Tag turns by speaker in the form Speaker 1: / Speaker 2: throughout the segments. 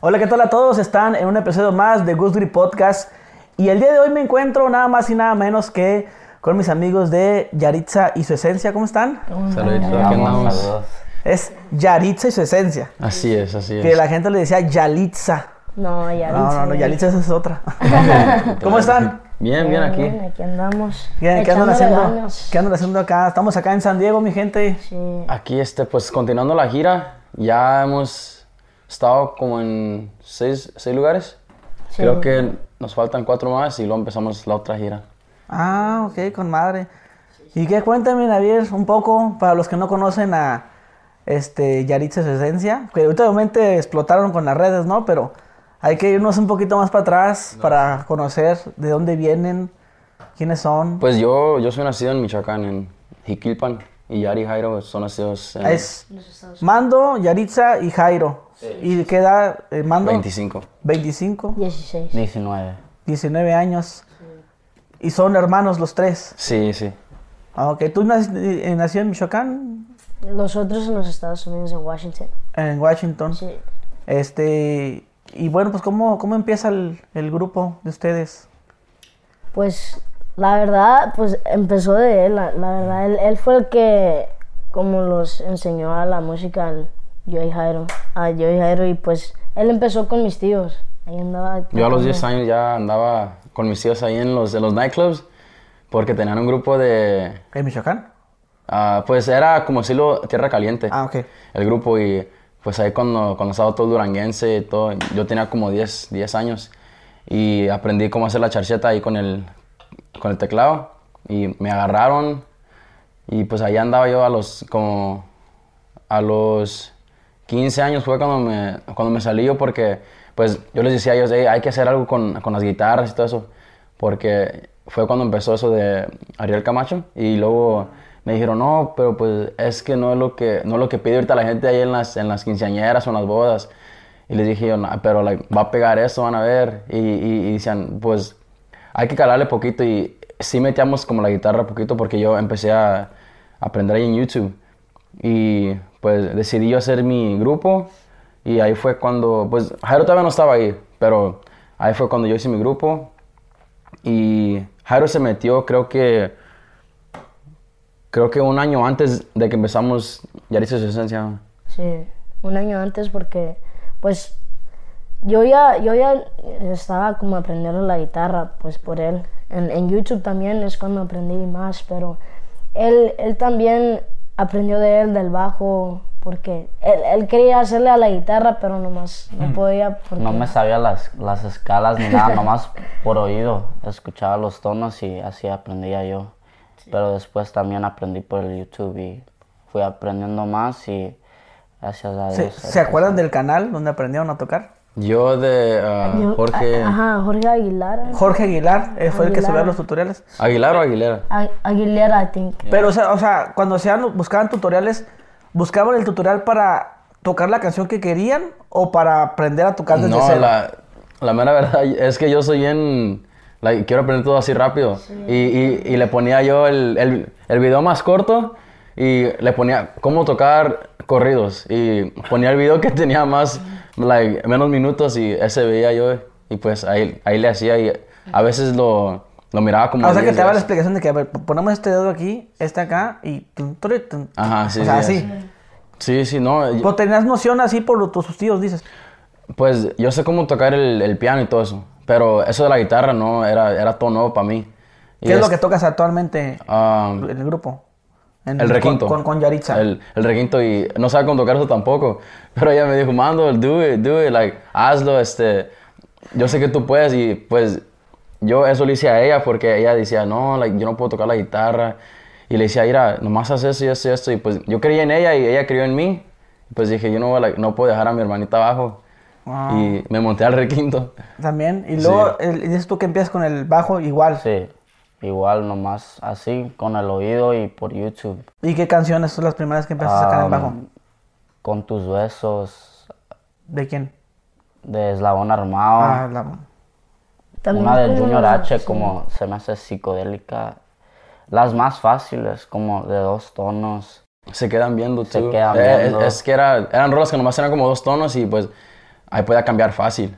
Speaker 1: Hola, ¿qué tal a todos? Están en un episodio más de Gooseberry Podcast. Y el día de hoy me encuentro nada más y nada menos que con mis amigos de Yaritza y su esencia. ¿Cómo están?
Speaker 2: Saluditos, aquí andamos.
Speaker 3: Saludos.
Speaker 1: Es Yaritza y su esencia.
Speaker 2: Así es, así es.
Speaker 1: Que la gente le decía Yalitza.
Speaker 3: No, ya
Speaker 1: No, no, no, Yalitza esa es otra. ¿Cómo están?
Speaker 2: Bien, bien aquí.
Speaker 3: Bien, aquí andamos.
Speaker 1: ¿Qué, qué andan
Speaker 3: Echándole
Speaker 1: haciendo?
Speaker 3: ganas.
Speaker 1: ¿Qué andan haciendo acá? Estamos acá en San Diego, mi gente.
Speaker 3: Sí.
Speaker 2: Aquí, este, pues continuando la gira, ya hemos estado como en seis, seis lugares.
Speaker 3: Sí.
Speaker 2: Creo que nos faltan cuatro más y luego empezamos la otra gira.
Speaker 1: Ah, ok, con madre. ¿Y qué? Cuéntame, Javier, un poco, para los que no conocen a este, Yaritza y su esencia, que últimamente explotaron con las redes, ¿no? Pero hay que irnos un poquito más para atrás para conocer de dónde vienen, quiénes son.
Speaker 2: Pues yo, yo soy nacido en Michoacán, en Jiquilpan, y Yari y Jairo son nacidos en
Speaker 1: es Mando, Yaritza y Jairo. ¿Y qué edad? eh, Mando,
Speaker 2: 25.
Speaker 1: 25,
Speaker 3: 16.
Speaker 4: 19.
Speaker 1: 19 años. Y son hermanos los tres.
Speaker 2: Sí, sí.
Speaker 1: Ah, Ok, tú naci- eh, nació en Michoacán,
Speaker 3: Los otros en los Estados Unidos, en Washington.
Speaker 1: en Washington.
Speaker 3: Sí.
Speaker 1: Este, y bueno, pues ¿cómo, cómo empieza el, el grupo de ustedes?
Speaker 3: Pues la verdad, pues empezó de él. La, la verdad, él, él fue el que como los enseñó a la música al yo y Jairo. A yo y Jairo y pues él empezó con mis tíos. Ahí andaba.
Speaker 2: Yo a los 10 años ya andaba con mis tíos ahí en los, en los nightclubs porque tenían un grupo de...
Speaker 1: ¿En Michoacán?
Speaker 2: ah, pues era como estilo Tierra Caliente.
Speaker 1: Ah, ok.
Speaker 2: el grupo y pues ahí cuando, cuando estaba todo el duranguense y todo, yo tenía como 10, 10 años y aprendí cómo hacer la charcheta ahí con el, con el teclado y me agarraron y pues ahí andaba yo a los como a los 15 años fue cuando me, cuando me salí yo porque pues yo les decía a ellos, "Ey, hay que hacer algo con, con las guitarras y todo eso porque fue cuando empezó eso de Ariel Camacho y luego me dijeron, no, pero pues es que no es lo que, no es lo que pide ahorita la gente ahí en las, en las quinceañeras o en las bodas. Y les dije yo, "No, pero like, va a pegar eso, van a ver. Y, y, y decían, pues hay que calarle poquito y sí metíamos como la guitarra poquito porque yo empecé a aprender ahí en YouTube y pues decidí yo hacer mi grupo y ahí fue cuando, pues Jairo todavía no estaba ahí, pero ahí fue cuando yo hice mi grupo y Jairo se metió creo que creo que un año antes de que empezamos Yaritza y su esencia.
Speaker 3: Sí, un año antes porque, pues, yo ya, yo ya estaba como aprendiendo la guitarra, pues por él. En, en YouTube también es cuando aprendí más, pero él, él también aprendió de él, del bajo, porque él, él quería hacerle a la guitarra, pero nomás no podía. Porque...
Speaker 4: No me sabía las, las escalas ni nada, nomás por oído. Escuchaba los tonos y así aprendía yo. Pero después también aprendí por el YouTube y fui aprendiendo más y gracias
Speaker 2: Oh,
Speaker 4: a
Speaker 1: ¿Se,
Speaker 4: Dios.
Speaker 1: se acuerdan del canal donde aprendieron a tocar?
Speaker 2: Yo de ah,
Speaker 3: Yo-
Speaker 2: Jorge
Speaker 3: a- Ajá, Jorge Aguilar.
Speaker 1: Jorge Aguilar eh, fue el que
Speaker 3: Aguilar.
Speaker 1: subió los tutoriales.
Speaker 2: Aguilar o Aguilera.
Speaker 3: A- Aguilera, I think.
Speaker 1: Pero, o sea, o sea, cuando sean, buscaban tutoriales, ¿buscaban el tutorial para tocar la canción que querían o para aprender a tocar desde
Speaker 2: No,
Speaker 1: cero?
Speaker 2: la, la mera verdad es que yo soy bien... like, quiero aprender todo así rápido. Y, y- y le ponía yo el, el- el video más corto y le ponía cómo tocar corridos. Y ponía el video que tenía más, like, menos minutos y ese veía yo. Y pues ahí, ahí le hacía y a veces lo, lo miraba como...
Speaker 1: Ah, o sea, que
Speaker 2: 10
Speaker 1: te daba la
Speaker 2: veces.
Speaker 1: explicación de que, a ver, ponemos este dedo aquí, este acá y... tun, turi, tun.
Speaker 2: Ajá, Ah, sí,
Speaker 1: O sea,
Speaker 2: sí,
Speaker 1: así.
Speaker 2: así. Sí, sí, no. yo-
Speaker 1: Pues tenías noción así por tus tíos, dices.
Speaker 2: Pues yo sé cómo tocar el, el piano y todo eso. Pero eso de la guitarra no era, era todo nuevo para mí. Y
Speaker 1: ¿Qué es lo
Speaker 2: este-
Speaker 1: que tocas actualmente?
Speaker 2: Ah,
Speaker 1: en el grupo. En-
Speaker 2: el requinto.
Speaker 1: Con, con, con Yaritza.
Speaker 2: El, el requinto y no sabe cómo tocar eso tampoco. Pero ella me dijo, mando, do it, do it, like, hazlo, este, yo sé que tú puedes y pues yo eso le hice a ella porque ella decía, no, like, yo no puedo tocar la guitarra. Y le decía, mira, nomás haz eso y esto y esto. Y pues yo creía en ella y ella creyó en mí. Pues dije, yo no, voy a, like, no puedo dejar a mi hermanita abajo.
Speaker 1: Ah.
Speaker 2: Y me monté al requinto.
Speaker 1: También. Y luego el- y dices tú que empiezas con el bajo igual.
Speaker 4: Sí, igual nomás así con el oído y por YouTube.
Speaker 1: ¿Y qué canciones son las primeras que empiezas a sacar en
Speaker 2: Ah,
Speaker 4: Um,
Speaker 1: bajo?
Speaker 4: Con tus besos
Speaker 1: ¿De quién?
Speaker 4: de Eslabón Armado.
Speaker 1: Ah, la-
Speaker 3: También
Speaker 4: Una de
Speaker 3: como-
Speaker 4: Junior H
Speaker 3: sí.
Speaker 4: como se me hace psicodélica. Las más fáciles, como de dos tonos.
Speaker 2: Se quedan viendo,
Speaker 4: Se
Speaker 2: tú.
Speaker 4: quedan
Speaker 2: Eh,
Speaker 4: viendo.
Speaker 2: Es, es que era, eran rolas que nomás eran como dos tonos y pues ahí podía cambiar fácil.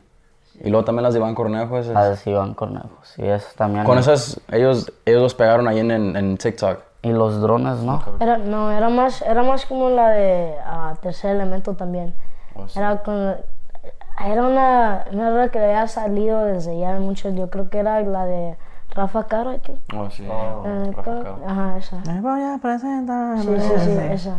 Speaker 2: Y luego también las de Iván Cornejo, esas.
Speaker 4: La de Iván Cornejo. Sí, esas también.
Speaker 2: Pues Con esas, ellos, ellos los pegaron ahí en, en- en TikTok.
Speaker 4: Y los drones, ¿no?
Speaker 3: Era, no, era más, era más como la de ah, Tercer Elemento también.
Speaker 5: Oh,
Speaker 3: Era con- era una, una rola que había salido desde ya muchos, yo creo que era la de Rafa Caro. ¿qué?
Speaker 5: Oh, sí.
Speaker 3: Eh,
Speaker 5: Rafa
Speaker 3: ¿cómo?
Speaker 5: Caro.
Speaker 3: Ajá, esa.
Speaker 1: Me voy a presentar. eh,
Speaker 3: Sí, sí, sí, Ah. esa.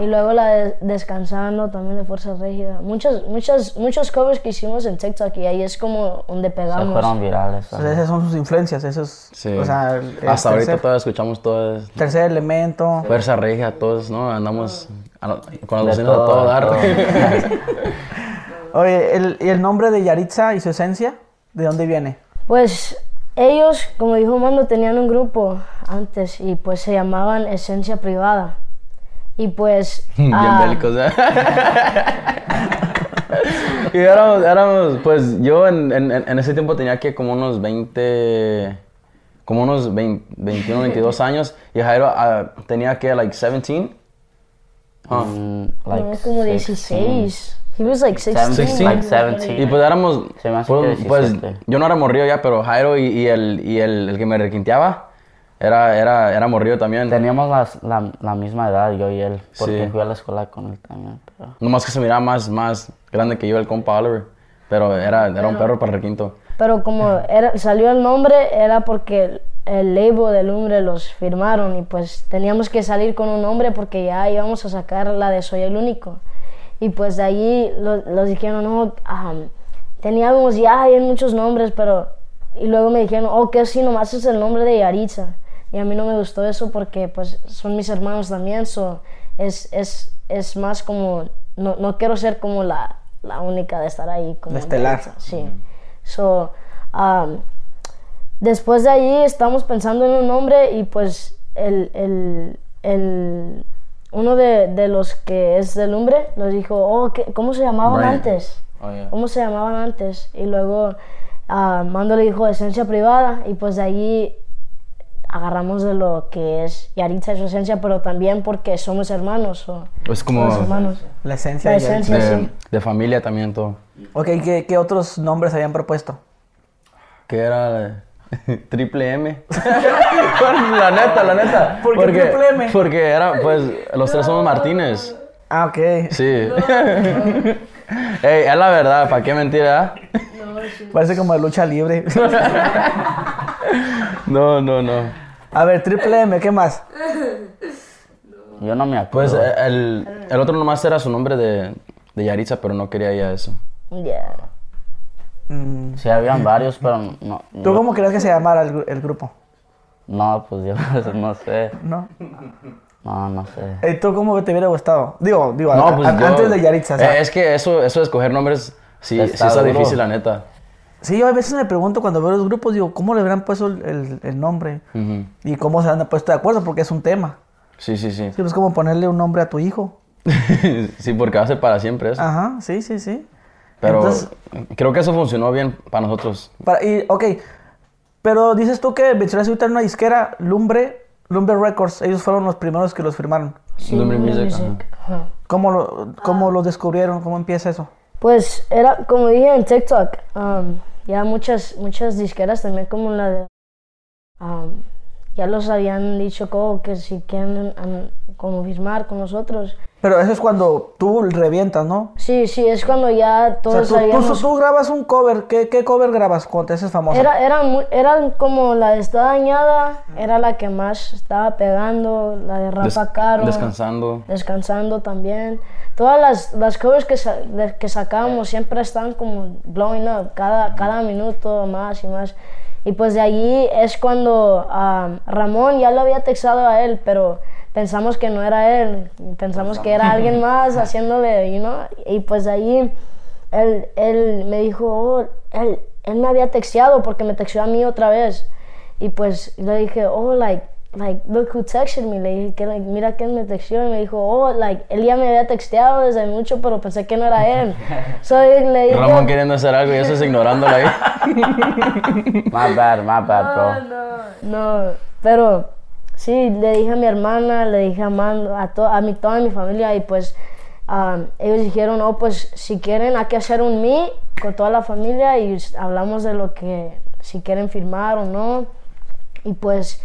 Speaker 3: Y luego la de Descansando también de Fuerza Régida. Muchos, muchos, muchos covers que hicimos en TikTok y ahí es como donde
Speaker 4: Se
Speaker 3: pegamos.
Speaker 4: fueron virales.
Speaker 1: O sea, esas son sus influencias, eso es.
Speaker 2: Sí.
Speaker 1: O sea, el- el
Speaker 4: este,
Speaker 2: Hasta ahorita
Speaker 1: tercer,
Speaker 2: todavía escuchamos todo
Speaker 1: tercer elemento.
Speaker 2: Fuerza regia, todos, ¿no? Andamos a- con
Speaker 4: De
Speaker 2: las bocinas a
Speaker 4: todo,
Speaker 2: todo
Speaker 4: de
Speaker 2: dar.
Speaker 4: todo.
Speaker 1: Oye, el, ¿y el nombre de Yaritza y su esencia? ¿De dónde viene?
Speaker 3: Pues ellos, como dijo Mando, tenían un grupo antes y pues se llamaban Esencia Privada. Y pues...
Speaker 2: Bien
Speaker 3: ah,
Speaker 2: bélicos, ¿eh? y éramos, éramos, pues yo en, en- en ese tiempo tenía que como unos 20, como unos 20, 21, 22 años. Y Jairo ah, tenía que, like, Ah. 17. Huh.
Speaker 4: Mm, like
Speaker 3: Ah. no, como 16. He was like 16.
Speaker 4: 16. Like 17.
Speaker 2: Y pues éramos.
Speaker 4: Se me hace
Speaker 2: fueron-
Speaker 4: que
Speaker 2: pues
Speaker 4: 17.
Speaker 2: yo no era morrido ya, pero Jairo y, y el, y el, el que me requinteaba era, era, era morrido también.
Speaker 4: Teníamos las- la, la misma edad, yo y él, porque
Speaker 2: Sí.
Speaker 4: fui a la escuela con él también. Pero...
Speaker 2: Nomás que se miraba más, más grande que yo, el compa Oliver. Pero era, era un perro para requinto.
Speaker 3: Pero como era, salió el nombre era porque el, el label del hombre los firmaron y pues teníamos que salir con un nombre porque ya íbamos a sacar la de Soy el Único. Y pues de allí lo- los dijeron, no, ajam, teníamos ya hay muchos nombres, pero... Y luego me dijeron, oh, que si nomás es el nombre de Yaritza. Y a mí no me gustó eso porque pues son mis hermanos también, so es, es, es más como, no, no quiero ser como la, la única de estar ahí. Como
Speaker 1: La estelar.
Speaker 3: Yaritza, Sí. So, um, después de allí estamos pensando en un nombre y pues el, el- el- uno de, de los que es del Lumbre nos dijo, oh, ¿qué- ¿cómo se llamaban
Speaker 2: Brian.
Speaker 3: antes?
Speaker 5: Oh, yeah.
Speaker 3: ¿Cómo se llamaban antes? Y luego ah, Mando le dijo esencia privada y pues de allí agarramos de lo que es Yaritza y su esencia, pero también porque somos hermanos. so,
Speaker 2: Es como
Speaker 3: somos hermanos.
Speaker 1: La esencia
Speaker 3: La
Speaker 1: de Yaritza.
Speaker 3: esencia.
Speaker 2: de, de familia también todo.
Speaker 1: Ok, ¿qué, qué otros nombres habían propuesto?
Speaker 2: Que era eh, triple M. la neta, la neta.
Speaker 1: ¿Por qué
Speaker 2: Porque-
Speaker 1: triple M?
Speaker 2: Porque era, pues, los tres somos Martínez.
Speaker 1: Ah, ok.
Speaker 2: Sí. Ey, es la verdad, ¿para qué mentir, ah?
Speaker 1: Parece como de lucha libre.
Speaker 2: No, no, no.
Speaker 1: A ver, triple M, ¿qué más?
Speaker 4: Yo no me
Speaker 2: Pues
Speaker 4: acuerdo.
Speaker 2: eh, el, el otro nomás era su nombre de, de Yaritza, pero no quería ella eso.
Speaker 3: Yeah.
Speaker 1: Mm,
Speaker 4: sí, habían varios, pero no.
Speaker 1: ¿Tú cómo creías que se llamara el, gru- el grupo?
Speaker 4: No, pues yo no sé.
Speaker 1: ¿No?
Speaker 4: No, no sé.
Speaker 1: Eh, ¿Tú cómo te hubiera gustado? Digo, digo, a-
Speaker 2: No, pues
Speaker 1: a-
Speaker 2: yo-
Speaker 1: antes de Yaritza. o sea.
Speaker 2: Eh, es que eso, eso de escoger nombres sí, sí
Speaker 4: Está
Speaker 2: está
Speaker 4: duro.
Speaker 2: difícil, la neta.
Speaker 1: Sí, yo a veces me pregunto cuando veo los grupos, digo, ¿cómo le habrán puesto el, el- el nombre?
Speaker 2: Ujú.
Speaker 1: Y cómo se han puesto de acuerdo, porque es un tema.
Speaker 2: Sí, sí, sí.
Speaker 1: Sí, pues como ponerle un nombre a tu hijo.
Speaker 2: sí, porque va a ser para siempre eso.
Speaker 1: Ajá, sí, sí, sí.
Speaker 2: Pero
Speaker 1: Entonces,
Speaker 2: creo que eso funcionó bien para nosotros.
Speaker 1: para, y, ok, pero dices tú que mencionaste ahorita una disquera, Lumbre, Lumbre Records, ellos fueron los primeros que los firmaron.
Speaker 3: Sí,
Speaker 2: Lumbre
Speaker 3: Lumbre
Speaker 2: Music,
Speaker 3: Music, ajá.
Speaker 1: ¿Cómo lo, cómo lo descubrieron? ¿Cómo empieza eso?
Speaker 3: Pues era, como dije en TikTok, um, ya muchas, muchas disqueras también como la de... um, ya los habían dicho como que si quieren um, como firmar con nosotros.
Speaker 1: Pero eso es cuando tú revientas, ¿no?
Speaker 3: Sí, sí, es cuando
Speaker 1: O
Speaker 3: ya
Speaker 1: sea,
Speaker 3: todos
Speaker 1: tú, tú-
Speaker 3: sabíamos...
Speaker 1: tú grabas un cover, ¿qué, qué cover grabas cuando te haces famoso?
Speaker 3: Era, era, mu- eran como la de Está Dañada, era la que más estaba pegando, la de
Speaker 2: Des-
Speaker 3: Rafa Caro.
Speaker 2: Descansando.
Speaker 3: Descansando también. Todas las, las covers que, sa- de- que sacábamos siempre están como blowing up, cada, cada minuto más y más. Y pues de allí es cuando ah, Ramón ya lo había textado a él, pero pensamos que no era él, pensamos que era alguien más haciéndole, you know? Y pues de allí él, él me dijo, oh, él, él me había texteado porque me texteó a mí otra vez. Y pues le dije, oh, like, like, look who texted me. Le dije, que, like, mira quién me texteó. Y me dijo, oh, like, él ya me había texteado desde mucho, pero pensé que no era él. so, y le dije,
Speaker 2: Ramón queriendo hacer algo y eso es ignorándolo ahí.
Speaker 4: My bad, my bad,
Speaker 3: Ah,
Speaker 4: bro.
Speaker 3: no, pero sí, le dije a mi hermana, le dije a Mando, a, to- a mi, toda mi familia. Y pues ah, ellos dijeron, oh, pues si quieren hay que hacer un meet con toda la familia y s- hablamos de lo que, si quieren firmar o no. Y pues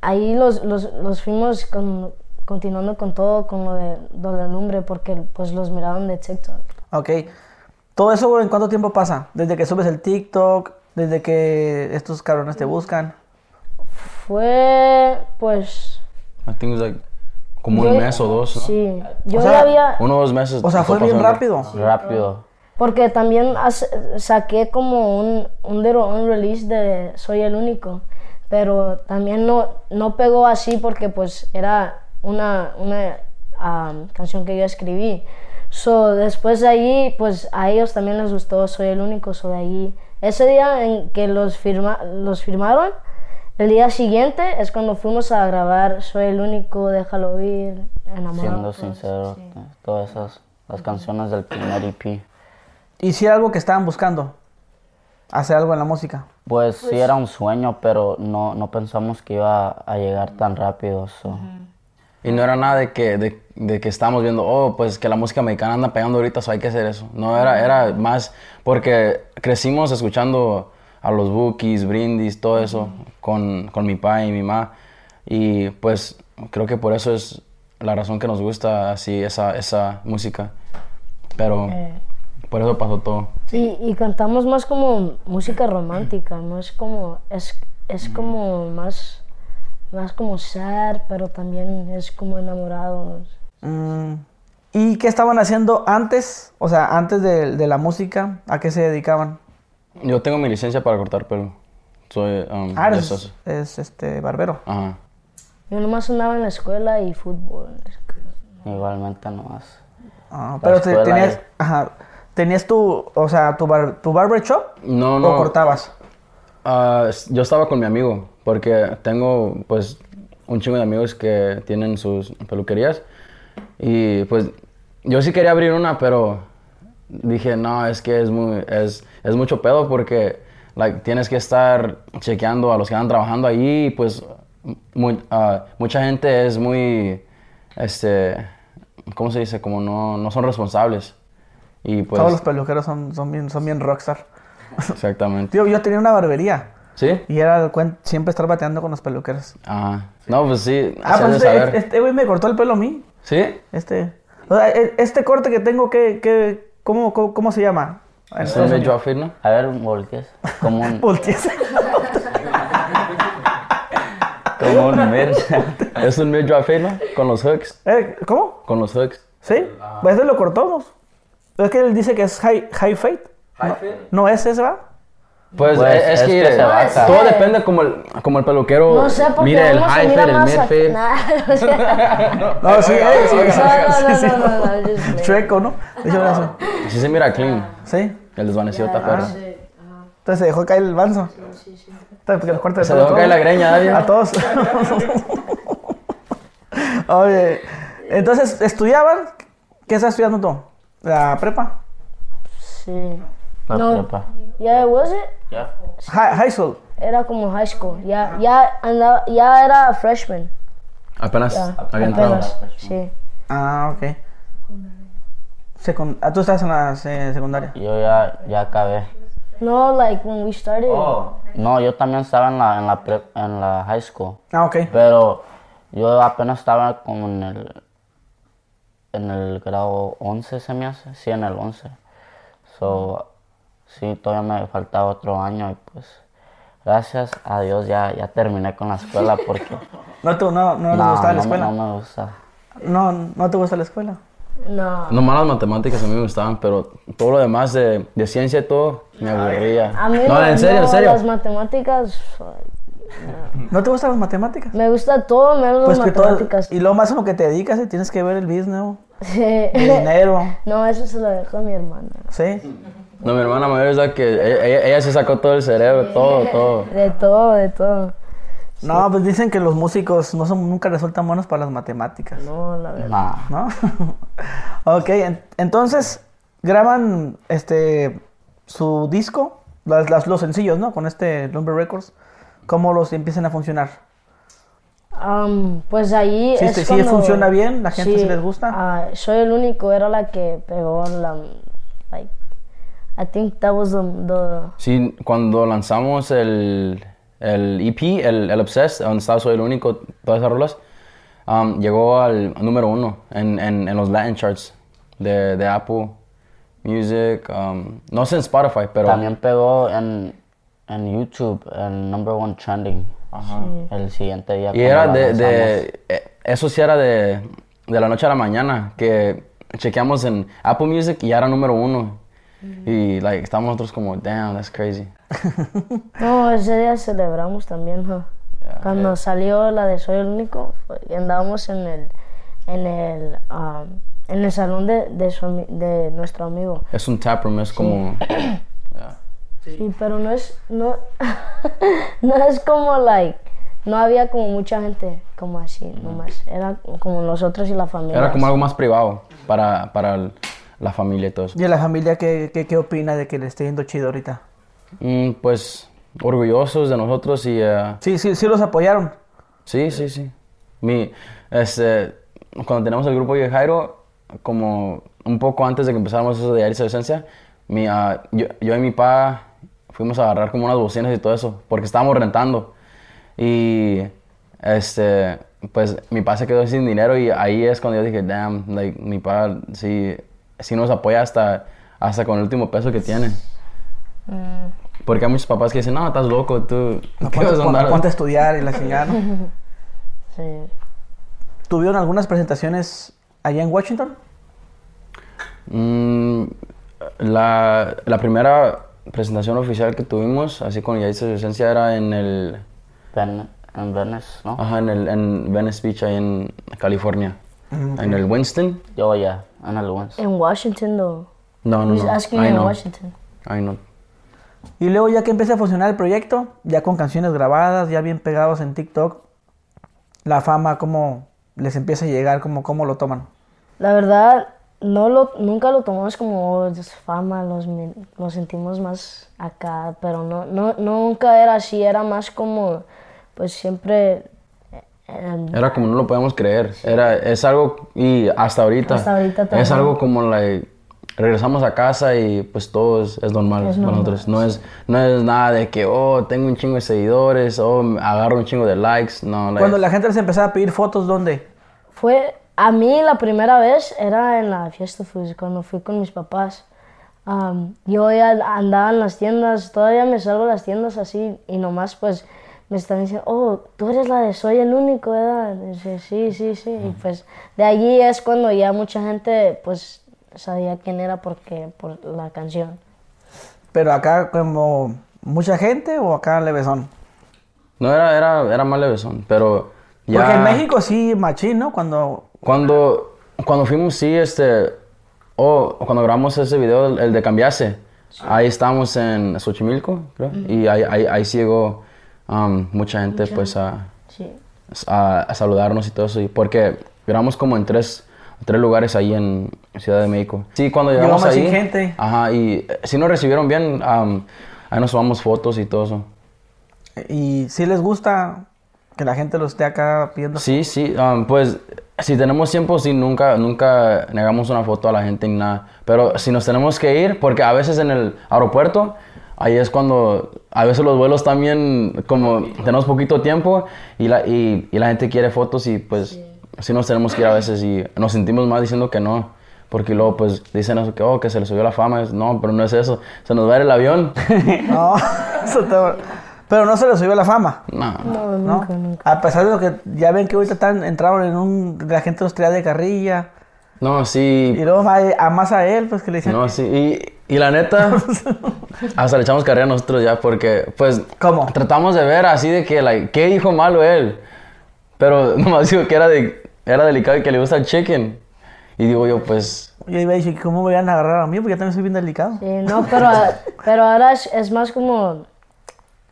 Speaker 3: ahí los, los, los fuimos con- continuando con todo, con lo de, lo de lumbre, porque pues los miraban de TikTok.
Speaker 1: Ok. Todo eso, güey, ¿en cuánto tiempo pasa? Desde que subes el TikTok, desde que estos cabrones te buscan.
Speaker 3: Fue, pues...
Speaker 2: I think it was like como
Speaker 3: yo-
Speaker 2: un mes o dos, ¿no?
Speaker 3: Sí, yo
Speaker 1: sea,
Speaker 3: ya había...
Speaker 2: Uno o dos meses.
Speaker 1: O sea, fue
Speaker 2: todo
Speaker 1: bien
Speaker 2: pasó en-
Speaker 1: rápido.
Speaker 4: Rápido.
Speaker 3: Porque también hace- saqué como un, un, little- un release de Soy el único, pero también no, no pegó así porque pues era una, una um, canción que yo escribí. So, después de ahí, pues a ellos también les gustó Soy el único, so de ahí. Ese día en que los, firma, los firmaron, el día siguiente es cuando fuimos a grabar Soy el único, déjalo ir, enamorado.
Speaker 4: Siendo
Speaker 3: pues,
Speaker 4: sincero, eh,
Speaker 3: sí.
Speaker 4: todas esas, las canciones del primer E EP.
Speaker 1: Y si era algo que estaban buscando. Hacer algo en la música.
Speaker 4: Pues, sí era un sueño, pero no, no pensamos que iba a llegar tan rápido. so.
Speaker 2: Y no era nada de que, de, de que estábamos viendo, oh, pues que la música mexicana anda pegando ahorita, so hay que hacer eso. No, era, era más porque crecimos escuchando a los Bookies, Brindis, todo eso, con, con mi papá y mi mamá. Y pues creo que por eso es la razón que nos gusta así esa, esa música. Pero
Speaker 3: Eh,
Speaker 2: por eso pasó todo.
Speaker 3: Y, y cantamos más como música romántica, no es como, es, es como más, más como sad, pero también es como enamorados.
Speaker 1: Mm, ¿Y qué estaban haciendo antes? O sea, antes de, de la música, ¿a qué se dedicaban?
Speaker 2: Yo tengo mi licencia para cortar pelo. Soy... um,
Speaker 1: Ah,
Speaker 2: de
Speaker 1: eres-
Speaker 2: esos.
Speaker 1: es este barbero.
Speaker 2: Ajá.
Speaker 3: Yo nomás andaba en la escuela y fútbol.
Speaker 4: Igualmente no más.
Speaker 1: Ah, pero te-
Speaker 4: escuela
Speaker 1: tenías,
Speaker 4: es-
Speaker 1: ajá, tenías tu, o sea, tu, bar- tu barber shop
Speaker 2: No,
Speaker 1: o
Speaker 2: no.
Speaker 1: cortabas.
Speaker 2: Ah, s- yo estaba con mi amigo, porque tengo pues un chingo de amigos que tienen sus peluquerías. Y pues yo sí quería abrir una, pero dije, no, es que es, muy, es, es mucho pedo porque like, tienes que estar chequeando a los que andan trabajando allí. Y pues mu- ah, mucha gente es muy, este, ¿cómo se dice? Como no, no son responsables. Y pues,
Speaker 1: Todos los peluqueros son, son, bien, son bien rockstar.
Speaker 2: exactamente.
Speaker 1: Tío, yo tenía una barbería
Speaker 2: ¿Sí?
Speaker 1: y era el cuen- siempre estar bateando con los peluqueros.
Speaker 2: Ajá. No, pues sí.
Speaker 1: Ah,
Speaker 2: se han
Speaker 1: pues
Speaker 2: de
Speaker 1: este-
Speaker 2: saber.
Speaker 1: este este güey me cortó el pelo a mí.
Speaker 2: ¿Sí?
Speaker 1: Este, o sea, e- este corte que tengo, ¿qué, qué, cómo, cómo, cómo se llama?
Speaker 2: Es un mid outfit, ¿no?
Speaker 4: A ver, voltees. Como un,
Speaker 1: Voltees.
Speaker 4: como un mid.
Speaker 2: Es un mid outfit, ¿no? Con los hooks.
Speaker 1: Eh, ¿Cómo?
Speaker 2: Con los hooks.
Speaker 1: ¿Sí? Pues este lo cortamos. Es que él dice que es high, high fate. no, no es ese, ¿va?
Speaker 2: Pues,
Speaker 4: Pues,
Speaker 2: eh, es,
Speaker 4: es
Speaker 2: que,
Speaker 4: que se baja.
Speaker 2: todo depende como el, como el peluquero
Speaker 3: No sé por qué
Speaker 2: mire Oh, el
Speaker 3: uno se
Speaker 2: high
Speaker 3: mira
Speaker 2: fade, el
Speaker 3: más
Speaker 2: mid
Speaker 3: a-
Speaker 2: fade.
Speaker 3: Nah, o sea,
Speaker 1: No, sí, eh, sí,
Speaker 3: no,
Speaker 1: sí,
Speaker 3: no,
Speaker 1: sí, sí,
Speaker 3: no, no, no, no, just play.
Speaker 1: Chueco, ¿no? De hecho, era eso.
Speaker 2: Sí se mira clean.
Speaker 1: Sí.
Speaker 2: El desvanecido está
Speaker 3: Ah,
Speaker 2: perro.
Speaker 1: Entonces se dejó caer el banzo. Sí, sí, sí. Porque los cortes de
Speaker 2: Se
Speaker 1: pelo
Speaker 2: dejó caer la
Speaker 1: todos.
Speaker 2: greña, Daria.
Speaker 1: A todos. Oye, entonces, ¿estudiaban? ¿Qué estás estudiando tú? ¿La prepa?
Speaker 3: sí.
Speaker 4: La
Speaker 3: No.
Speaker 4: prepa.
Speaker 3: Yeah, was it?
Speaker 4: Ya.
Speaker 1: Hi- high school.
Speaker 3: Era como high school, ya, ya, andaba, ya era freshman.
Speaker 2: Apenas
Speaker 3: ya,
Speaker 2: había entrado.
Speaker 3: apenas, Sí.
Speaker 1: Ah, ok. Secund- ah, tú estás en la se- secundaria.
Speaker 4: Yo ya, ya acabé.
Speaker 3: No, like when we started.
Speaker 4: No, yo también estaba en la, en la, pre- en la high school.
Speaker 1: Ah, ok.
Speaker 4: Pero yo apenas estaba como en el, en el grado 11, se me hace. Sí, en el 11. So, sí, todavía me faltaba otro año y pues gracias a Dios ya, ya terminé con la escuela porque
Speaker 1: ¿No, te, no, no,
Speaker 4: no,
Speaker 1: les gustaba la
Speaker 4: no me,
Speaker 1: escuela?
Speaker 4: no me gusta.
Speaker 1: No, no te gusta la escuela.
Speaker 3: No.
Speaker 2: No malas matemáticas a mí me gustaban, pero todo lo demás de, de ciencia y todo me aburría.
Speaker 3: A mí
Speaker 2: No, en serio, en
Speaker 3: no,
Speaker 2: serio.
Speaker 3: las matemáticas. fuck.
Speaker 1: ¿No te gustan las matemáticas?
Speaker 3: Me gusta todo menos
Speaker 1: Pues
Speaker 3: las
Speaker 1: que todo.
Speaker 3: matemáticas.
Speaker 1: Y lo más en lo que te dedicas, y tienes que ver el business,
Speaker 3: Sí.
Speaker 1: el dinero,
Speaker 3: No, eso se lo dejó a mi hermana.
Speaker 1: ¿sí?
Speaker 2: No, mi hermana mayor es la que ella, ella- ella se sacó todo el cerebro, todo, todo.
Speaker 3: De todo, de todo.
Speaker 1: No, pues dicen que los músicos no son, nunca resultan buenos para las matemáticas,
Speaker 3: No, la verdad.
Speaker 4: Nah.
Speaker 1: ¿no? ok, en- entonces graban este su disco, las- las- los sencillos, ¿no? Con este Lumber Records, ¿cómo los empiezan a funcionar?
Speaker 3: Am, pues ahí
Speaker 1: Sí,
Speaker 3: es
Speaker 1: sí, sí,
Speaker 3: cuando-
Speaker 1: funciona bien, la gente sí les gusta.
Speaker 3: ah, soy el único, era la que pegó la... Like, I think that was the... the-
Speaker 2: Sí, cuando lanzamos el, el EP, el, el Obsessed, donde estaba Soy el Único, todas esas rolas, um, llegó al número uno en, en, en los Latin charts de, de Apple Music. um, no sé en Spotify, pero
Speaker 4: También pegó en, en YouTube el number one trending. El siguiente día.
Speaker 2: Y
Speaker 4: cuando
Speaker 2: era
Speaker 4: la
Speaker 2: de,
Speaker 4: lanzamos.
Speaker 2: de- eh, Eso sí era de, de la noche a la mañana, que chequeamos en Apple Music y ya era número uno. Y, like, estábamos nosotros como, damn, that's crazy.
Speaker 3: No, ese día celebramos también, huh? Cuando
Speaker 2: eh.
Speaker 3: salió la de Soy el Único, fue- y andábamos en el, en el, am, en el salón de, de, su ami- de nuestro amigo.
Speaker 2: Es un taproom, es como...
Speaker 3: Sí, pero no es, no, no es como, like, no había como mucha gente como así, nomás. Era como nosotros y la familia.
Speaker 2: Era como algo más privado para, para el- la familia y todo eso.
Speaker 1: ¿Y a la familia qué, qué, qué opina de que le esté yendo chido ahorita?
Speaker 2: Mm, pues orgullosos de nosotros y eh,
Speaker 1: Sí, sí, sí los apoyaron.
Speaker 2: sí, sí, sí. Mi, este, cuando tenemos el grupo de Jairo, como un poco antes de que empezáramos eso de Aries Adolescencia, mi, ah, yo, yo y mi papá fuimos a agarrar como unas bocinas y todo eso, porque estábamos rentando. Y este, pues mi papá se quedó sin dinero y ahí es cuando yo dije, damn, like, mi papá sí, sí nos apoya hasta, hasta con el último peso que tiene.
Speaker 3: Mm,
Speaker 2: Porque hay muchos papás que dicen, no, estás loco, tú, ¿qué
Speaker 1: Ponte,
Speaker 2: vas a andar?
Speaker 1: ponte a estudiar y la chingada. ¿no?
Speaker 3: Sí.
Speaker 1: ¿Tuvieron algunas presentaciones allá en Washington?
Speaker 2: Mm, la, la primera presentación oficial que tuvimos, así con ya hice su esencia, era en el,
Speaker 4: Ven- en Venice, ¿no?
Speaker 2: ajá, en el en Venice Beach, ahí en California. En el Winston.
Speaker 4: Yo ya, en el Wins.
Speaker 3: En Washington, though.
Speaker 2: No, no,
Speaker 3: He's
Speaker 2: no.
Speaker 3: asking
Speaker 2: Ay,
Speaker 3: in
Speaker 2: no.
Speaker 3: Washington.
Speaker 2: Ay, no.
Speaker 1: Y luego ya que empieza a funcionar el proyecto, ya con canciones grabadas, ya bien pegados en TikTok, la fama, ¿cómo les empieza a llegar? ¿Cómo, cómo lo toman?
Speaker 3: La verdad, no lo, nunca lo tomamos como "Oh, es fama, los, mi- nos sentimos más acá, pero no, no, nunca era así, era más como, pues siempre, eh, eh,
Speaker 2: Era como no lo podemos creer. Era, es algo, y hasta ahorita.
Speaker 3: Hasta ahorita
Speaker 2: Es
Speaker 3: también.
Speaker 2: algo como la. Regresamos a casa y pues todo es, es normal para nosotros. No es, no es nada de que, oh, tengo un chingo de seguidores, oh, agarro un chingo de likes. No, like,
Speaker 1: Cuando la gente les empezaba a pedir fotos, ¿dónde?
Speaker 3: fue, a mí la primera vez era en la fiesta, fui- cuando fui con mis papás. Am, yo ya andaba en las tiendas, todavía me salgo a las tiendas así y nomás pues me están diciendo, oh, tú eres la de Soy el Único, ¿verdad? Y dice, sí, sí, sí. Y pues de allí es cuando ya mucha gente pues sabía quién era porque, por la canción.
Speaker 1: Pero acá como mucha gente o acá levesón.
Speaker 2: No, era, era, era más levesón, pero ya...
Speaker 1: Porque en México sí, machín, ¿no? Cuando...
Speaker 2: Cuando, cuando fuimos, sí, este... O cuando grabamos ese video, el, el de Cambiase, ahí estamos en Xochimilco, creo, y ahí, ahí, ahí sí llegó um, mucha gente, pues, a,
Speaker 3: Sí.
Speaker 2: a, a saludarnos y todo eso, y porque grabamos como en tres, tres lugares ahí en Ciudad de México. Sí, cuando
Speaker 1: Llegó
Speaker 2: llegamos
Speaker 1: más
Speaker 2: ahí...
Speaker 1: gente.
Speaker 2: Ajá, y eh, sí nos recibieron bien, um, ahí nos tomamos fotos y todo eso.
Speaker 1: Y sí les gusta que la gente lo esté acá pidiendo.
Speaker 2: Sí, sí, um, pues si tenemos tiempo, sí, nunca, nunca negamos una foto a la gente ni nada. Pero si nos tenemos que ir, porque a veces en el aeropuerto, ahí es cuando, a veces los vuelos también, como tenemos poquito tiempo y la, y, y la gente quiere fotos y pues sí. nos tenemos que ir a veces y nos sentimos mal diciendo que no. Porque luego pues dicen eso, que, oh, que se le subió la fama. Es, No, pero no es eso. Se nos va a ir el avión.
Speaker 1: No, eso está- Pero no se les subió la fama.
Speaker 2: no.
Speaker 3: No,
Speaker 1: ¿no?
Speaker 3: nunca, nunca.
Speaker 1: A pesar de lo que ya ven que ahorita están, entraron en un. La gente los traía de carrilla.
Speaker 2: No, sí.
Speaker 1: Y luego ma- a más a él, pues que le dicen.
Speaker 2: No, sí, y, y la neta, hasta le echamos carrera a nosotros ya, porque, pues,
Speaker 1: ¿Cómo?
Speaker 2: tratamos de ver así de que, like, ¿qué dijo malo él? Pero nomás dijo que era, de, era delicado y que le gusta el chicken. Y digo yo, pues,
Speaker 1: Yo iba a decir, ¿cómo me van a agarrar a mí? Porque yo también soy bien delicado.
Speaker 3: Sí, no, pero, pero ahora es, es más como,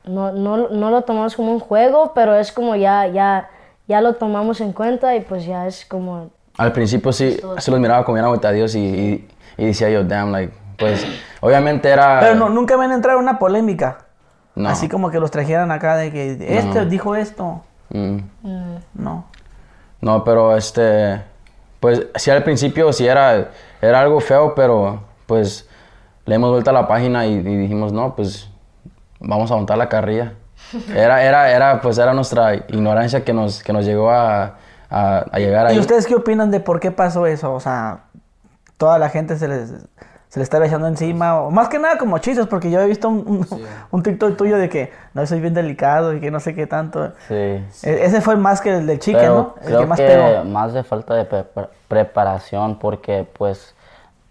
Speaker 3: no, no, no lo tomamos como un juego, pero es como ya, ya, ya lo tomamos en cuenta y pues ya es como,
Speaker 2: al principio sí, se los miraba como bien aguantadios y, y, y decía yo, damn, like, pues, obviamente era...
Speaker 4: Ah.
Speaker 1: Pero no, nunca me han entrado en una polémica.
Speaker 2: No.
Speaker 1: Así como que los trajeran acá de que este dijo esto.
Speaker 2: Mm.
Speaker 1: No.
Speaker 2: No, pero este, pues sí al principio sí era, era algo feo, pero pues le hemos vuelto a la página y, y dijimos, no, pues vamos a montar la carrilla. Era, era, era, pues era nuestra ignorancia que nos, que nos llegó a, a- a llegar ahí.
Speaker 1: ¿Y ustedes qué opinan de por qué pasó eso? O sea, toda la gente se les, se les está echando encima, o más que nada como chistes, porque yo he visto un, un, un TikTok tuyo de que no soy bien delicado y que no sé qué tanto.
Speaker 4: Sí.
Speaker 1: E- Ese fue más que el del chicken,
Speaker 4: Pero
Speaker 1: ¿no? El
Speaker 4: creo
Speaker 1: que más
Speaker 4: que
Speaker 1: pegó.
Speaker 4: más de falta de pre- pre- preparación porque pues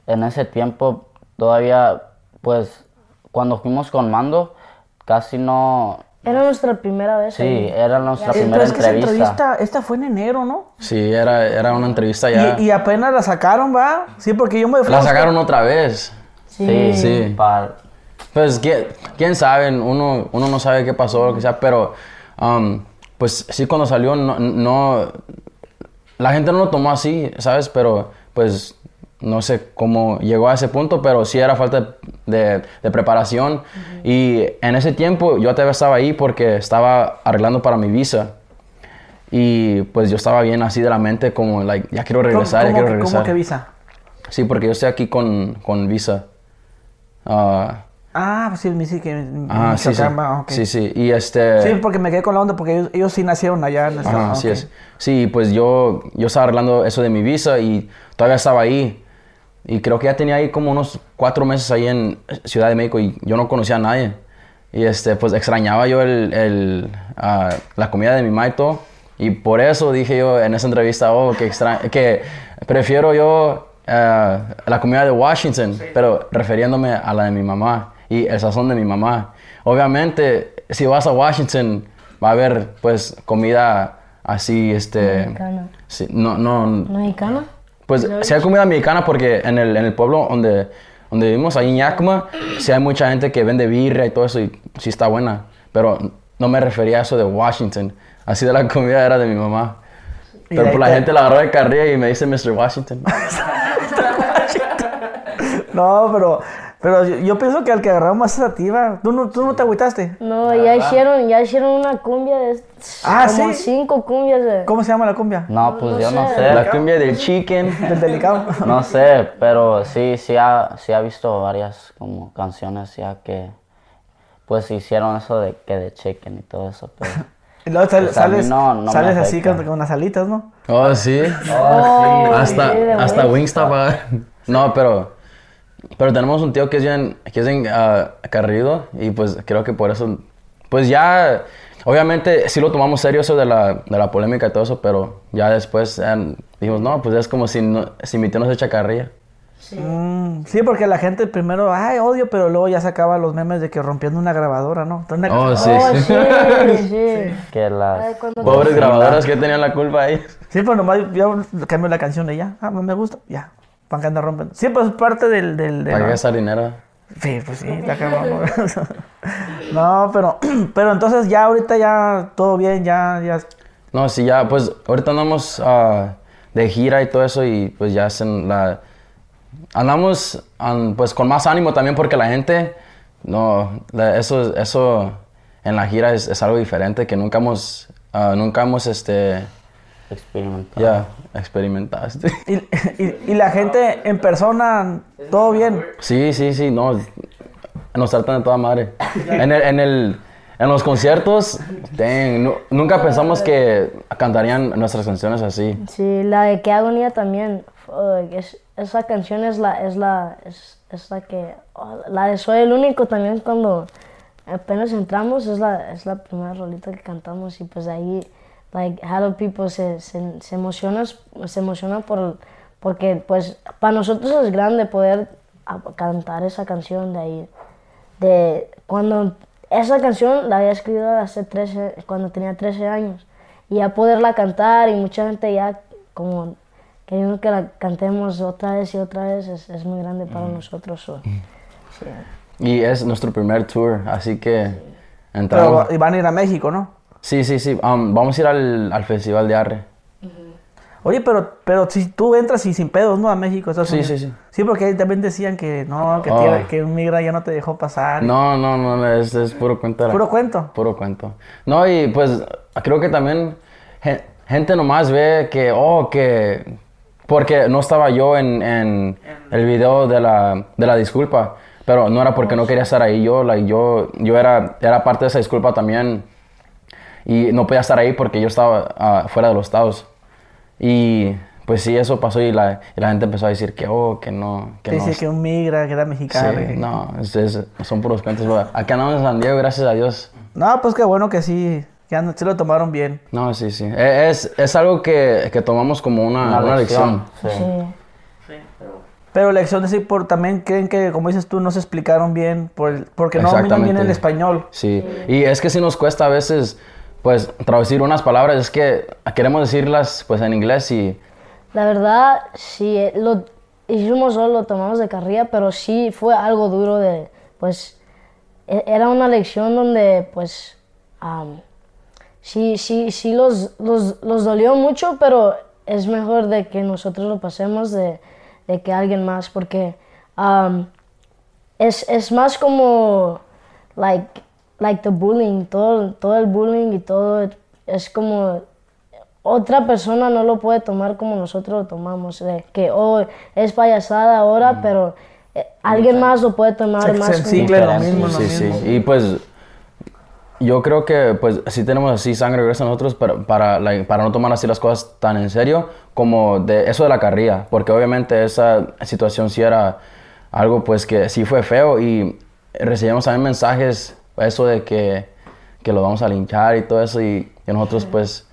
Speaker 4: en ese tiempo todavía pues cuando fuimos con Mando casi no
Speaker 3: Era nuestra primera vez.
Speaker 4: sí
Speaker 3: ahí.
Speaker 4: era nuestra
Speaker 1: Eh,
Speaker 4: primera
Speaker 1: Pero es que esa
Speaker 4: entrevista,
Speaker 1: entrevista, esta fue en enero, ¿no?
Speaker 2: Sí, era, era una entrevista ya.
Speaker 1: Y, y apenas la sacaron, ¿va? Sí, porque yo me fui a
Speaker 2: la
Speaker 1: buscar-
Speaker 2: sacaron otra vez.
Speaker 4: sí,
Speaker 2: Sí.
Speaker 4: para-
Speaker 2: Pues quién, quién sabe, uno, uno no sabe qué pasó, lo que sea, pero am, pues sí cuando salió no, no- la gente no lo tomó así, ¿sabes? Pero pues no sé cómo llegó a ese punto, pero sí era falta de, de preparación. Y en ese tiempo yo todavía estaba ahí porque estaba arreglando para mi visa. Y pues yo estaba bien así de la mente como, like, ya quiero
Speaker 1: ¿Cómo-
Speaker 2: regresar, ya
Speaker 1: cómo
Speaker 2: quiero
Speaker 1: que-
Speaker 2: regresar.
Speaker 1: ¿Cómo que visa?
Speaker 2: Sí, porque yo estoy aquí con, con visa. Ah,
Speaker 1: Ah, pues sí, mi sí que mi-
Speaker 2: Ah, sí, sí.
Speaker 1: Michoacán, va, ok.
Speaker 2: Sí, sí. Y este.
Speaker 1: Sí, porque me quedé con la onda, porque ellos, ellos sí nacieron allá en Estados
Speaker 2: Ajá,
Speaker 1: Unidos.
Speaker 2: así es. Sí, pues yo, yo estaba arreglando eso de mi visa y todavía estaba ahí. Y creo que ya tenía ahí como unos cuatro meses ahí en Ciudad de México y yo no conocía a nadie. Y este, pues extrañaba yo el, el, ah, la comida de mi ma y todo. Y por eso dije yo en esa entrevista, oh, que, extra que prefiero yo ah, la comida de Washington, pero refiriéndome a la de mi mamá y el sazón de mi mamá. Obviamente, si vas a Washington, va a haber pues comida así, este...
Speaker 3: Mexicana.
Speaker 2: sí, no, no,
Speaker 3: ¿Mexicana?
Speaker 2: pues si hay comida mexicana porque en el, en el pueblo donde, donde vivimos, ahí en Yakima, sí hay mucha gente que vende birria y todo eso y sí está buena. Pero no me refería a eso de Washington. Así de la comida era de mi mamá.
Speaker 1: Y
Speaker 2: Pero
Speaker 1: de
Speaker 2: pues,
Speaker 1: ahí
Speaker 2: la
Speaker 1: te-
Speaker 2: gente la agarró de carrilla y me dice Mr. Washington.
Speaker 1: No, pero, pero yo, yo pienso que al que agarraron más es a ti, va. ¿Tú no, tú no te agüitaste?
Speaker 3: No, ya hicieron, ya hicieron una cumbia de
Speaker 1: Ah,
Speaker 3: como
Speaker 1: ¿sí?
Speaker 3: cinco cumbias de
Speaker 1: ¿Cómo se llama la cumbia?
Speaker 4: no pues yo no sé
Speaker 2: la cumbia del chicken.
Speaker 1: Del delicado.
Speaker 4: no sé pero sí sí ha sí ha visto varias como canciones ya que pues hicieron eso de que de chicken y todo eso pero
Speaker 1: Y luego sal-
Speaker 4: Pues a mí
Speaker 1: sales,
Speaker 4: no- no me
Speaker 1: sales así
Speaker 4: afecta.
Speaker 1: con, con unas alitas, ¿no?
Speaker 2: Oh, sí. hasta hasta Wingstop. ah. No, pero, pero tenemos un tío que es bien, que es bien, ah, acarreído y pues creo que por eso, pues ya, obviamente sí lo tomamos serio eso de la, de la polémica y todo eso, pero ya después eh, dijimos, no, pues es como si, no- si mi tío nos echa carrilla.
Speaker 1: Mm, sí, porque la gente primero, ay, odio, pero luego ya sacaba los memes de que rompiendo una grabadora, ¿no? Entonces, una-
Speaker 2: Oh, sí.
Speaker 3: Oh,
Speaker 2: sí.
Speaker 3: sí, sí.
Speaker 4: que las
Speaker 3: Ay, cuando-
Speaker 2: Pobres grabadoras que tenían la culpa ahí.
Speaker 1: Sí, pues nomás yo cambio la canción de ya. Ah, no me gusta, ya. Pan que anda rompiendo. Sí, pues es parte del... del, del-
Speaker 2: Para que gastar dinero.
Speaker 1: Sí, pues sí, la acabamos. no, pero, pero entonces ya ahorita ya todo bien, ya, ya.
Speaker 2: No, sí, ya, pues ahorita andamos ah, de gira y todo eso y pues ya hacen la... Andamos an- pues con más ánimo también porque la gente, no, la- eso, eso en la gira es, es algo diferente que nunca hemos, ah, nunca hemos, este,
Speaker 4: experimentar
Speaker 2: ya, experimentaste.
Speaker 1: Y, y- y la gente en persona, todo bien.
Speaker 2: Sí, sí, sí, no, nos tratan de toda madre. En, el, en, el, en los conciertos, dang, nu- nunca pensamos que cantarían nuestras canciones así.
Speaker 3: Sí, la de qué agonía también. fuck, es- esa canción es la, es la, es, es la que, oh, la de Soy el único también cuando apenas entramos es la, es la primera rolita que cantamos y pues ahí, like, a lot of people se, se, se emocionan, se emocionan por, porque pues para nosotros es grande poder ah, cantar esa canción de ahí de cuando esa canción la había escrito hace 13, cuando tenía 13 años y ya poderla cantar y mucha gente ya como queriendo que la cantemos otra vez y otra vez es, es muy grande para nosotros. so, sí.
Speaker 2: Y es nuestro primer tour, así que entramos.
Speaker 1: Pero y van a ir a México, ¿no?
Speaker 2: Sí, sí, sí. um, vamos a ir al, al festival de Arre.
Speaker 1: Oye, pero, pero si tú entras y sin pedos, ¿no? A México, Estados
Speaker 2: Sí,
Speaker 1: Unidos.
Speaker 2: sí, sí.
Speaker 1: Sí, porque ahí también decían que no, que,
Speaker 2: Oh.
Speaker 1: tía- que un migra ya no te dejó pasar.
Speaker 2: No, no, no, es, es puro cuento.
Speaker 1: Puro cuento.
Speaker 2: Puro cuento. No, y pues creo que también gen- gente nomás ve que, oh, que. Porque no estaba yo en, en el video de la, de la disculpa, pero no era porque no quería estar ahí yo, like, yo, yo era, era parte de esa disculpa también y no podía estar ahí porque yo estaba ah, fuera de los estados. Y pues sí, eso pasó y la, y la gente empezó a decir que, oh, que no, que
Speaker 1: Que
Speaker 2: no
Speaker 1: dice que un migra, que era mexicano.
Speaker 2: Sí,
Speaker 1: que-
Speaker 2: no, es- es- son puros cuentos. bro. Acá andamos en San Diego, gracias a Dios.
Speaker 1: No, pues qué bueno que sí, que and- sí lo tomaron bien.
Speaker 2: No, sí, sí. E- Es, es algo que, que tomamos como una, una, lección.
Speaker 4: Sí.
Speaker 3: Sí.
Speaker 1: Pero lecciones sí, por, también creen que, como dices tú, no se explicaron bien, por el- porque no dominan bien
Speaker 2: Exactamente.
Speaker 1: el español.
Speaker 2: Sí. Y es que si nos cuesta a veces, pues, traducir unas palabras. Es que queremos decirlas, pues, en inglés y...
Speaker 3: La verdad, sí, eh, lo hicimos solo, lo tomamos de carrilla, pero sí fue algo duro de, pues, e- era una lección donde, pues, am, sí, sí, sí los, los, los dolió mucho, pero es mejor de que nosotros lo pasemos de, de que alguien más, porque am, es, es más como, like, like the bullying, todo, todo el bullying y todo, es como otra persona no lo puede tomar como nosotros lo tomamos, de que oh, es payasada ahora, pero eh, alguien más lo puede tomar
Speaker 1: Es
Speaker 3: más como-
Speaker 1: sensible lo
Speaker 4: diferente.
Speaker 1: mismo, lo
Speaker 2: sí,
Speaker 1: mismo.
Speaker 2: sí. Y pues yo creo que pues sí tenemos así sangre gruesa nosotros para, para, like, para no tomar así las cosas tan en serio como de eso de la carrilla, porque obviamente esa situación sí era algo pues que sí fue feo y recibimos también mensajes eso de que, que lo vamos a linchar y todo eso y, y nosotros pues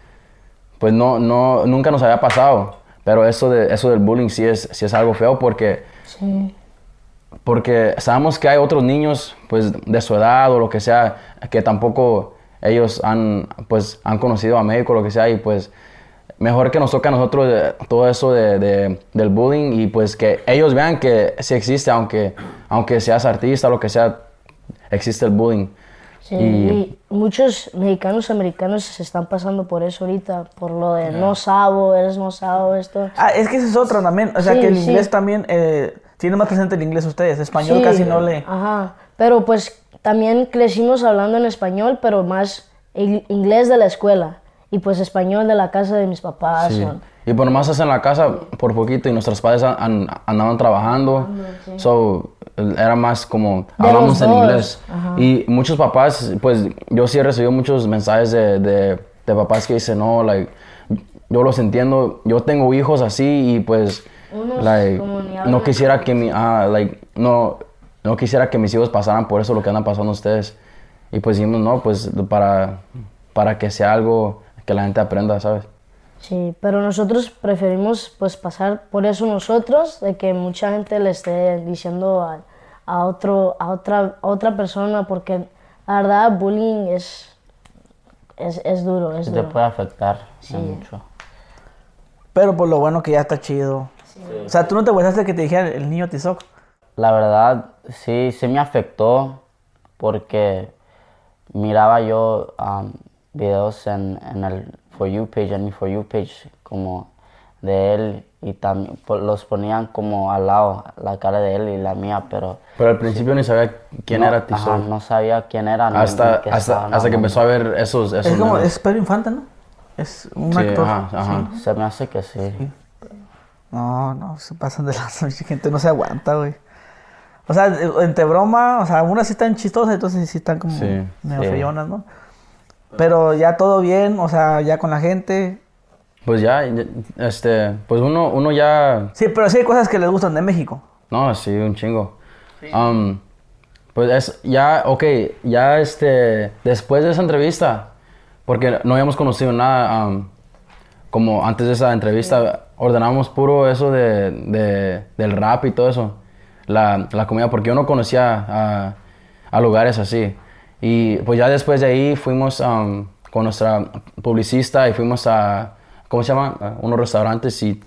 Speaker 2: pues no, no, nunca nos había pasado, pero eso, de, eso del bullying sí es, sí es algo feo porque
Speaker 3: Sí,
Speaker 2: porque sabemos que hay otros niños pues de su edad o lo que sea que tampoco ellos han pues han conocido a México lo que sea y pues mejor que nos toque a nosotros eh, todo eso de, de- del bullying y pues que ellos vean que sí existe aunque aunque seas artista lo que sea existe el bullying
Speaker 3: sí.
Speaker 2: Y-
Speaker 3: Y muchos mexicanos americanos se están pasando por eso ahorita, por lo de no sabo, eres no sabo, esto.
Speaker 1: Ah, es que eso es otro también. O sea,
Speaker 3: Sí,
Speaker 1: que el
Speaker 3: sí.
Speaker 1: inglés también eh, tiene más presente el inglés ustedes. Español
Speaker 3: Sí,
Speaker 1: casi no le.
Speaker 3: Ajá, pero pues también crecimos hablando en español, pero más in- inglés de la escuela y pues español de la casa de mis papás.
Speaker 2: Sí.
Speaker 3: o-
Speaker 2: Y por más en la casa por poquito y nuestros padres an- an- andaban trabajando. So, era más como
Speaker 3: Ah, De
Speaker 2: hablamos
Speaker 3: los
Speaker 2: en
Speaker 3: dos.
Speaker 2: inglés. Y muchos papás, pues yo sí he recibido muchos mensajes de, de- de papás que dicen, no, like, yo los entiendo, yo tengo hijos así y pues
Speaker 3: Unos
Speaker 2: like,
Speaker 3: como ni hablan.
Speaker 2: no quisiera que mi, ah, like, no, no quisiera que mis hijos pasaran por eso lo que andan pasando ustedes. Y pues dijimos, no, pues para, para que sea algo que la gente aprenda, ¿sabes?
Speaker 3: Sí, pero nosotros preferimos pues pasar por eso nosotros, de que mucha gente le esté diciendo a, a otro, a otra, a otra persona, porque la verdad bullying es, es, es duro, es
Speaker 4: Sí te
Speaker 3: duro.
Speaker 4: puede afectar sí. mucho.
Speaker 1: Pero por lo bueno que ya está chido. O sea, tú no te gustaste que te dijera el niño Tizoc.
Speaker 4: La verdad, sí, sí me afectó porque miraba yo um, videos en, en el For You page, en mi For You page, como de él y también po- los ponían como al lado, la cara de él y la mía, pero
Speaker 2: Pero al principio ni sabía quién
Speaker 4: no,
Speaker 2: era
Speaker 4: ajá,
Speaker 2: Tizón.
Speaker 4: no sabía quién era. ni-
Speaker 2: hasta
Speaker 4: ni qué
Speaker 2: hasta,
Speaker 4: estaban
Speaker 2: hasta que empezó
Speaker 4: hablando.
Speaker 2: a ver esos, esos
Speaker 1: Es como,
Speaker 2: memes.
Speaker 1: es Pedro Infante, ¿no? Es un
Speaker 2: Sí,
Speaker 1: actor.
Speaker 2: ajá, ajá.
Speaker 4: Se me hace que sí.
Speaker 1: No, no, se pasan de las gente no se aguanta, güey. O sea, de- entre broma, o sea, algunas sí están chistosas, entonces sí están como
Speaker 2: Sí,
Speaker 1: medio
Speaker 4: sí.
Speaker 1: feyonas, ¿no? Pero ya todo bien, o sea, ya con la gente.
Speaker 2: Pues ya, ya, este, pues uno, uno ya,
Speaker 1: Sí, pero sí hay cosas que les gustan de México.
Speaker 2: no, sí, un chingo. Um, pues es, ya, ok, ya este, después de esa entrevista, porque no habíamos conocido nada, um, como antes de esa entrevista, ordenamos puro eso de, de- del rap y todo eso, la, la comida, porque yo no conocía a, a lugares así. Y pues ya después de ahí fuimos um, con nuestra publicista y fuimos a, ¿cómo se llama? A unos restaurantes y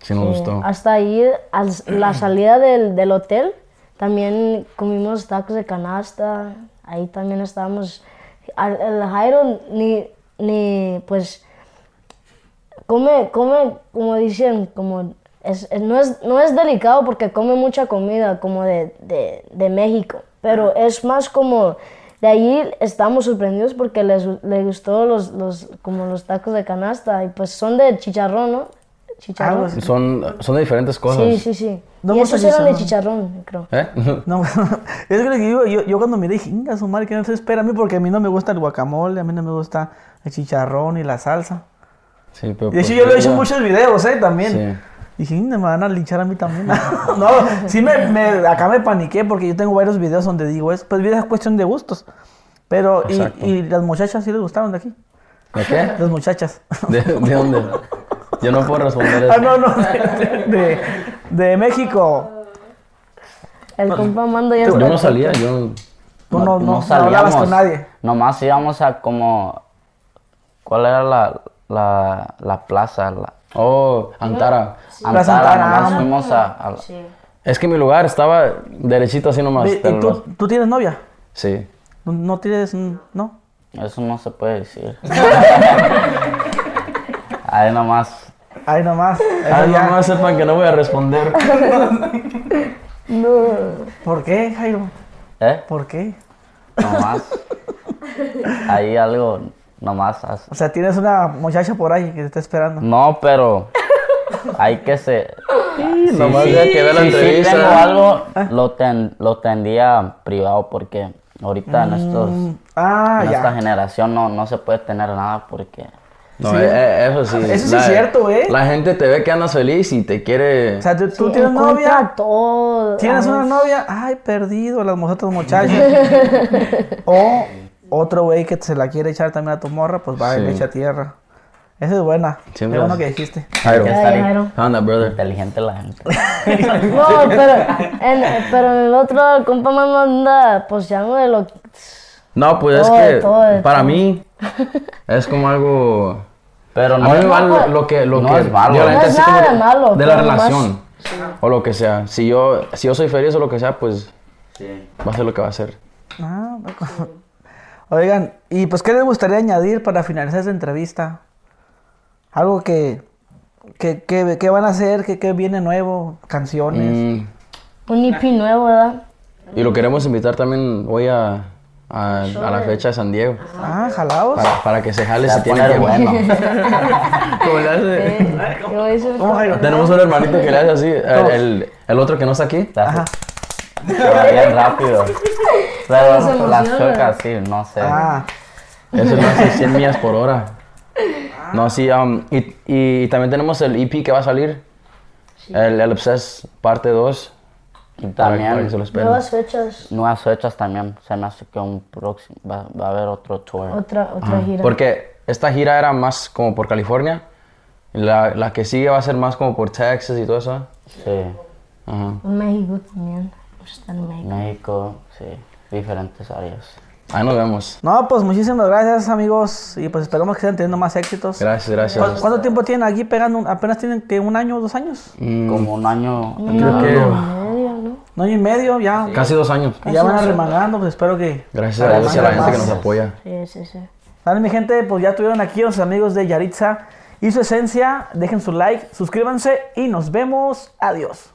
Speaker 2: sí nos gustó.
Speaker 3: Hasta ahí, a la salida del, del hotel, también comimos tacos de canasta, ahí también estábamos, al- el Jairo ni, ni, pues come, come, como dicen, como es, es- no, es, no es delicado porque come mucha comida como de, de, de México, pero es más como de allí estamos sorprendidos porque les, les gustó los, los, como los tacos de canasta y pues son de chicharrón, ¿no? Chicharrón.
Speaker 1: Algo
Speaker 2: Son, son de diferentes cosas.
Speaker 3: sí, sí, sí.
Speaker 1: No
Speaker 3: y
Speaker 1: gusta
Speaker 3: esos eran de chicharrón, creo.
Speaker 2: ¿Eh?
Speaker 1: No, es que lo que digo, yo, yo cuando miré dije, inga su madre, ¿qué me espera a mí? Porque a mí no me gusta el guacamole, a mí no me gusta el chicharrón y la salsa.
Speaker 2: Sí, pero
Speaker 1: De hecho,
Speaker 2: pues,
Speaker 1: yo lo he hecho en
Speaker 2: ya.
Speaker 1: muchos videos, ¿eh? También.
Speaker 2: Sí.
Speaker 1: Dije, "Inga, me van a linchar a mí también. no, sí me, me- acá me paniqué porque yo tengo varios videos donde digo eso. Pues bien, es cuestión de gustos. Pero, y,
Speaker 2: Exacto.
Speaker 1: y las muchachas sí les gustaron de aquí.
Speaker 2: ¿De qué?
Speaker 1: Las muchachas.
Speaker 2: ¿De, de dónde? Yo no puedo responder
Speaker 1: ah,
Speaker 2: eso.
Speaker 1: no, no, de, de- de- de México.
Speaker 3: El compa mando ya
Speaker 2: Yo
Speaker 3: está-
Speaker 2: no salía, yo...
Speaker 1: Tú no, no, no hablabas
Speaker 4: salíamos.
Speaker 1: con nadie.
Speaker 4: Nomás íbamos a como. ¿Cuál era la, la, la plaza? La,
Speaker 2: Oh, Antara.
Speaker 1: Plaza Antara,
Speaker 4: Nomás
Speaker 1: ah.
Speaker 4: fuimos a. a-
Speaker 3: Sí.
Speaker 2: Es que mi lugar estaba derechito así nomás.
Speaker 1: Ve,
Speaker 2: pero
Speaker 1: ¿Y tú, tú tienes novia?
Speaker 2: Sí.
Speaker 1: ¿No- ¿No tienes, un- no?
Speaker 4: Eso no se puede decir. Ahí nomás.
Speaker 1: Ay, nomás.
Speaker 2: Ah,
Speaker 1: Eso ya.
Speaker 2: no, no sepan que no voy a responder.
Speaker 1: ¿Por qué, Jairo?
Speaker 4: ¿Eh?
Speaker 1: ¿Por qué?
Speaker 4: Nomás. Ahí algo. Nomás. as-
Speaker 1: O sea, tienes una muchacha por ahí que te está esperando.
Speaker 4: No, pero. Hay que se. Sí,
Speaker 2: nomás
Speaker 4: sí,
Speaker 2: ya que ve la
Speaker 4: sí, sí,
Speaker 2: entrevista.
Speaker 4: tengo algo, lo, ten- lo tendría privado porque ahorita en estos.
Speaker 1: Mm, Ah,
Speaker 4: en
Speaker 1: ya.
Speaker 4: esta generación no, no se puede tener nada porque
Speaker 2: No, eh, eh, eso sí.
Speaker 1: Eso sí es cierto, ¿eh?
Speaker 2: La gente te ve que andas feliz y te quiere...
Speaker 1: O sea, tú, tú
Speaker 3: Sí,
Speaker 1: tienes
Speaker 3: encuentra
Speaker 1: novia.
Speaker 3: todo.
Speaker 1: Tienes
Speaker 3: Ah,
Speaker 1: una novia. Ay, perdido, las otras muchachas. o otro güey que se la quiere echar también a tu morra, pues va y le
Speaker 2: Sí.
Speaker 1: echa tierra. Esa es buena. Qué
Speaker 2: Siempre
Speaker 1: bueno
Speaker 2: es-
Speaker 1: que dijiste.
Speaker 4: hay que
Speaker 2: Jairo.
Speaker 4: estar
Speaker 3: Ay, Jairo.
Speaker 2: Anda, brother.
Speaker 4: inteligente la gente.
Speaker 3: No, pero en, pero en el otro el compa más anda poseando de lo
Speaker 2: No, pues
Speaker 3: Todo,
Speaker 2: es que
Speaker 3: todo,
Speaker 2: para
Speaker 3: todo.
Speaker 2: mí es como algo...
Speaker 4: Pero
Speaker 2: a
Speaker 4: no
Speaker 2: mí me
Speaker 4: es
Speaker 2: vale
Speaker 4: malo.
Speaker 2: lo, lo que... Lo
Speaker 4: No
Speaker 2: que
Speaker 4: es malo.
Speaker 2: yo, la
Speaker 4: No
Speaker 2: neta,
Speaker 3: es
Speaker 2: así como
Speaker 3: nada
Speaker 2: de-
Speaker 3: malo,
Speaker 2: De la
Speaker 3: pero nomás-
Speaker 2: relación. O lo que sea. Si yo, si yo soy feliz o lo que sea, pues... Va a ser lo que va a ser.
Speaker 1: Ah, Oigan, ¿y pues qué les gustaría añadir para finalizar esta entrevista? Algo que, que, que, que van a hacer, que, que viene nuevo, canciones.
Speaker 2: Mm,
Speaker 3: un IP nuevo, ¿verdad?
Speaker 2: y lo queremos invitar también hoy a, a, a la fecha de San Diego.
Speaker 1: Ah, jalados.
Speaker 2: Para, para que se jale
Speaker 4: Se va
Speaker 2: si
Speaker 4: a
Speaker 2: tiene
Speaker 4: poner
Speaker 2: que...
Speaker 4: bueno.
Speaker 2: Como le hace-
Speaker 3: Yo hice un-
Speaker 1: ¿Cómo, Jairo?
Speaker 2: Tenemos un hermanito que le hace así. El, el, el otro que no está aquí.
Speaker 4: Se hace- se va bien rápido. Pero las chocas, sí, no sé.
Speaker 1: Ah,
Speaker 2: Ese lo hace 100 millas por hora. No, sí. um, y, y, también tenemos el EP que va a salir. El, el Obsess parte 2.
Speaker 4: Y
Speaker 2: Para, para que se
Speaker 4: también
Speaker 2: lo esperen.
Speaker 3: nuevas fechas,
Speaker 4: nuevas fechas también. Se me hace que un próximo va, va a haber otro tour.
Speaker 3: otra
Speaker 1: Ah.
Speaker 3: otra gira.
Speaker 2: Porque esta gira era más como por California. La, la que sigue va a ser más como por Texas y todo eso.
Speaker 4: Sí.
Speaker 2: Ajá.
Speaker 3: En México también. pues, Está en México.
Speaker 4: México, sí. Diferentes áreas.
Speaker 2: Ahí nos vemos.
Speaker 1: no, pues muchísimas gracias, amigos. Y pues esperamos que estén teniendo más éxitos.
Speaker 2: Gracias,
Speaker 1: ¿Cu-
Speaker 2: gracias.
Speaker 1: ¿Cuánto tiempo tienen aquí pegando? Un- ¿Apenas tienen que un año o dos años?
Speaker 2: Mm,
Speaker 4: Como un año.
Speaker 2: creo que
Speaker 3: Medio, ¿no?
Speaker 1: Un año y medio, ya.
Speaker 2: casi dos años.
Speaker 1: Y ya van arremangando, pues espero que.
Speaker 2: Gracias a Dios y a la gente que nos apoya.
Speaker 3: Sí, sí, sí.
Speaker 1: Dale, mi gente, pues ya tuvieron aquí a los amigos de Yaritza y su esencia. Dejen su like, suscríbanse y nos vemos. Adiós.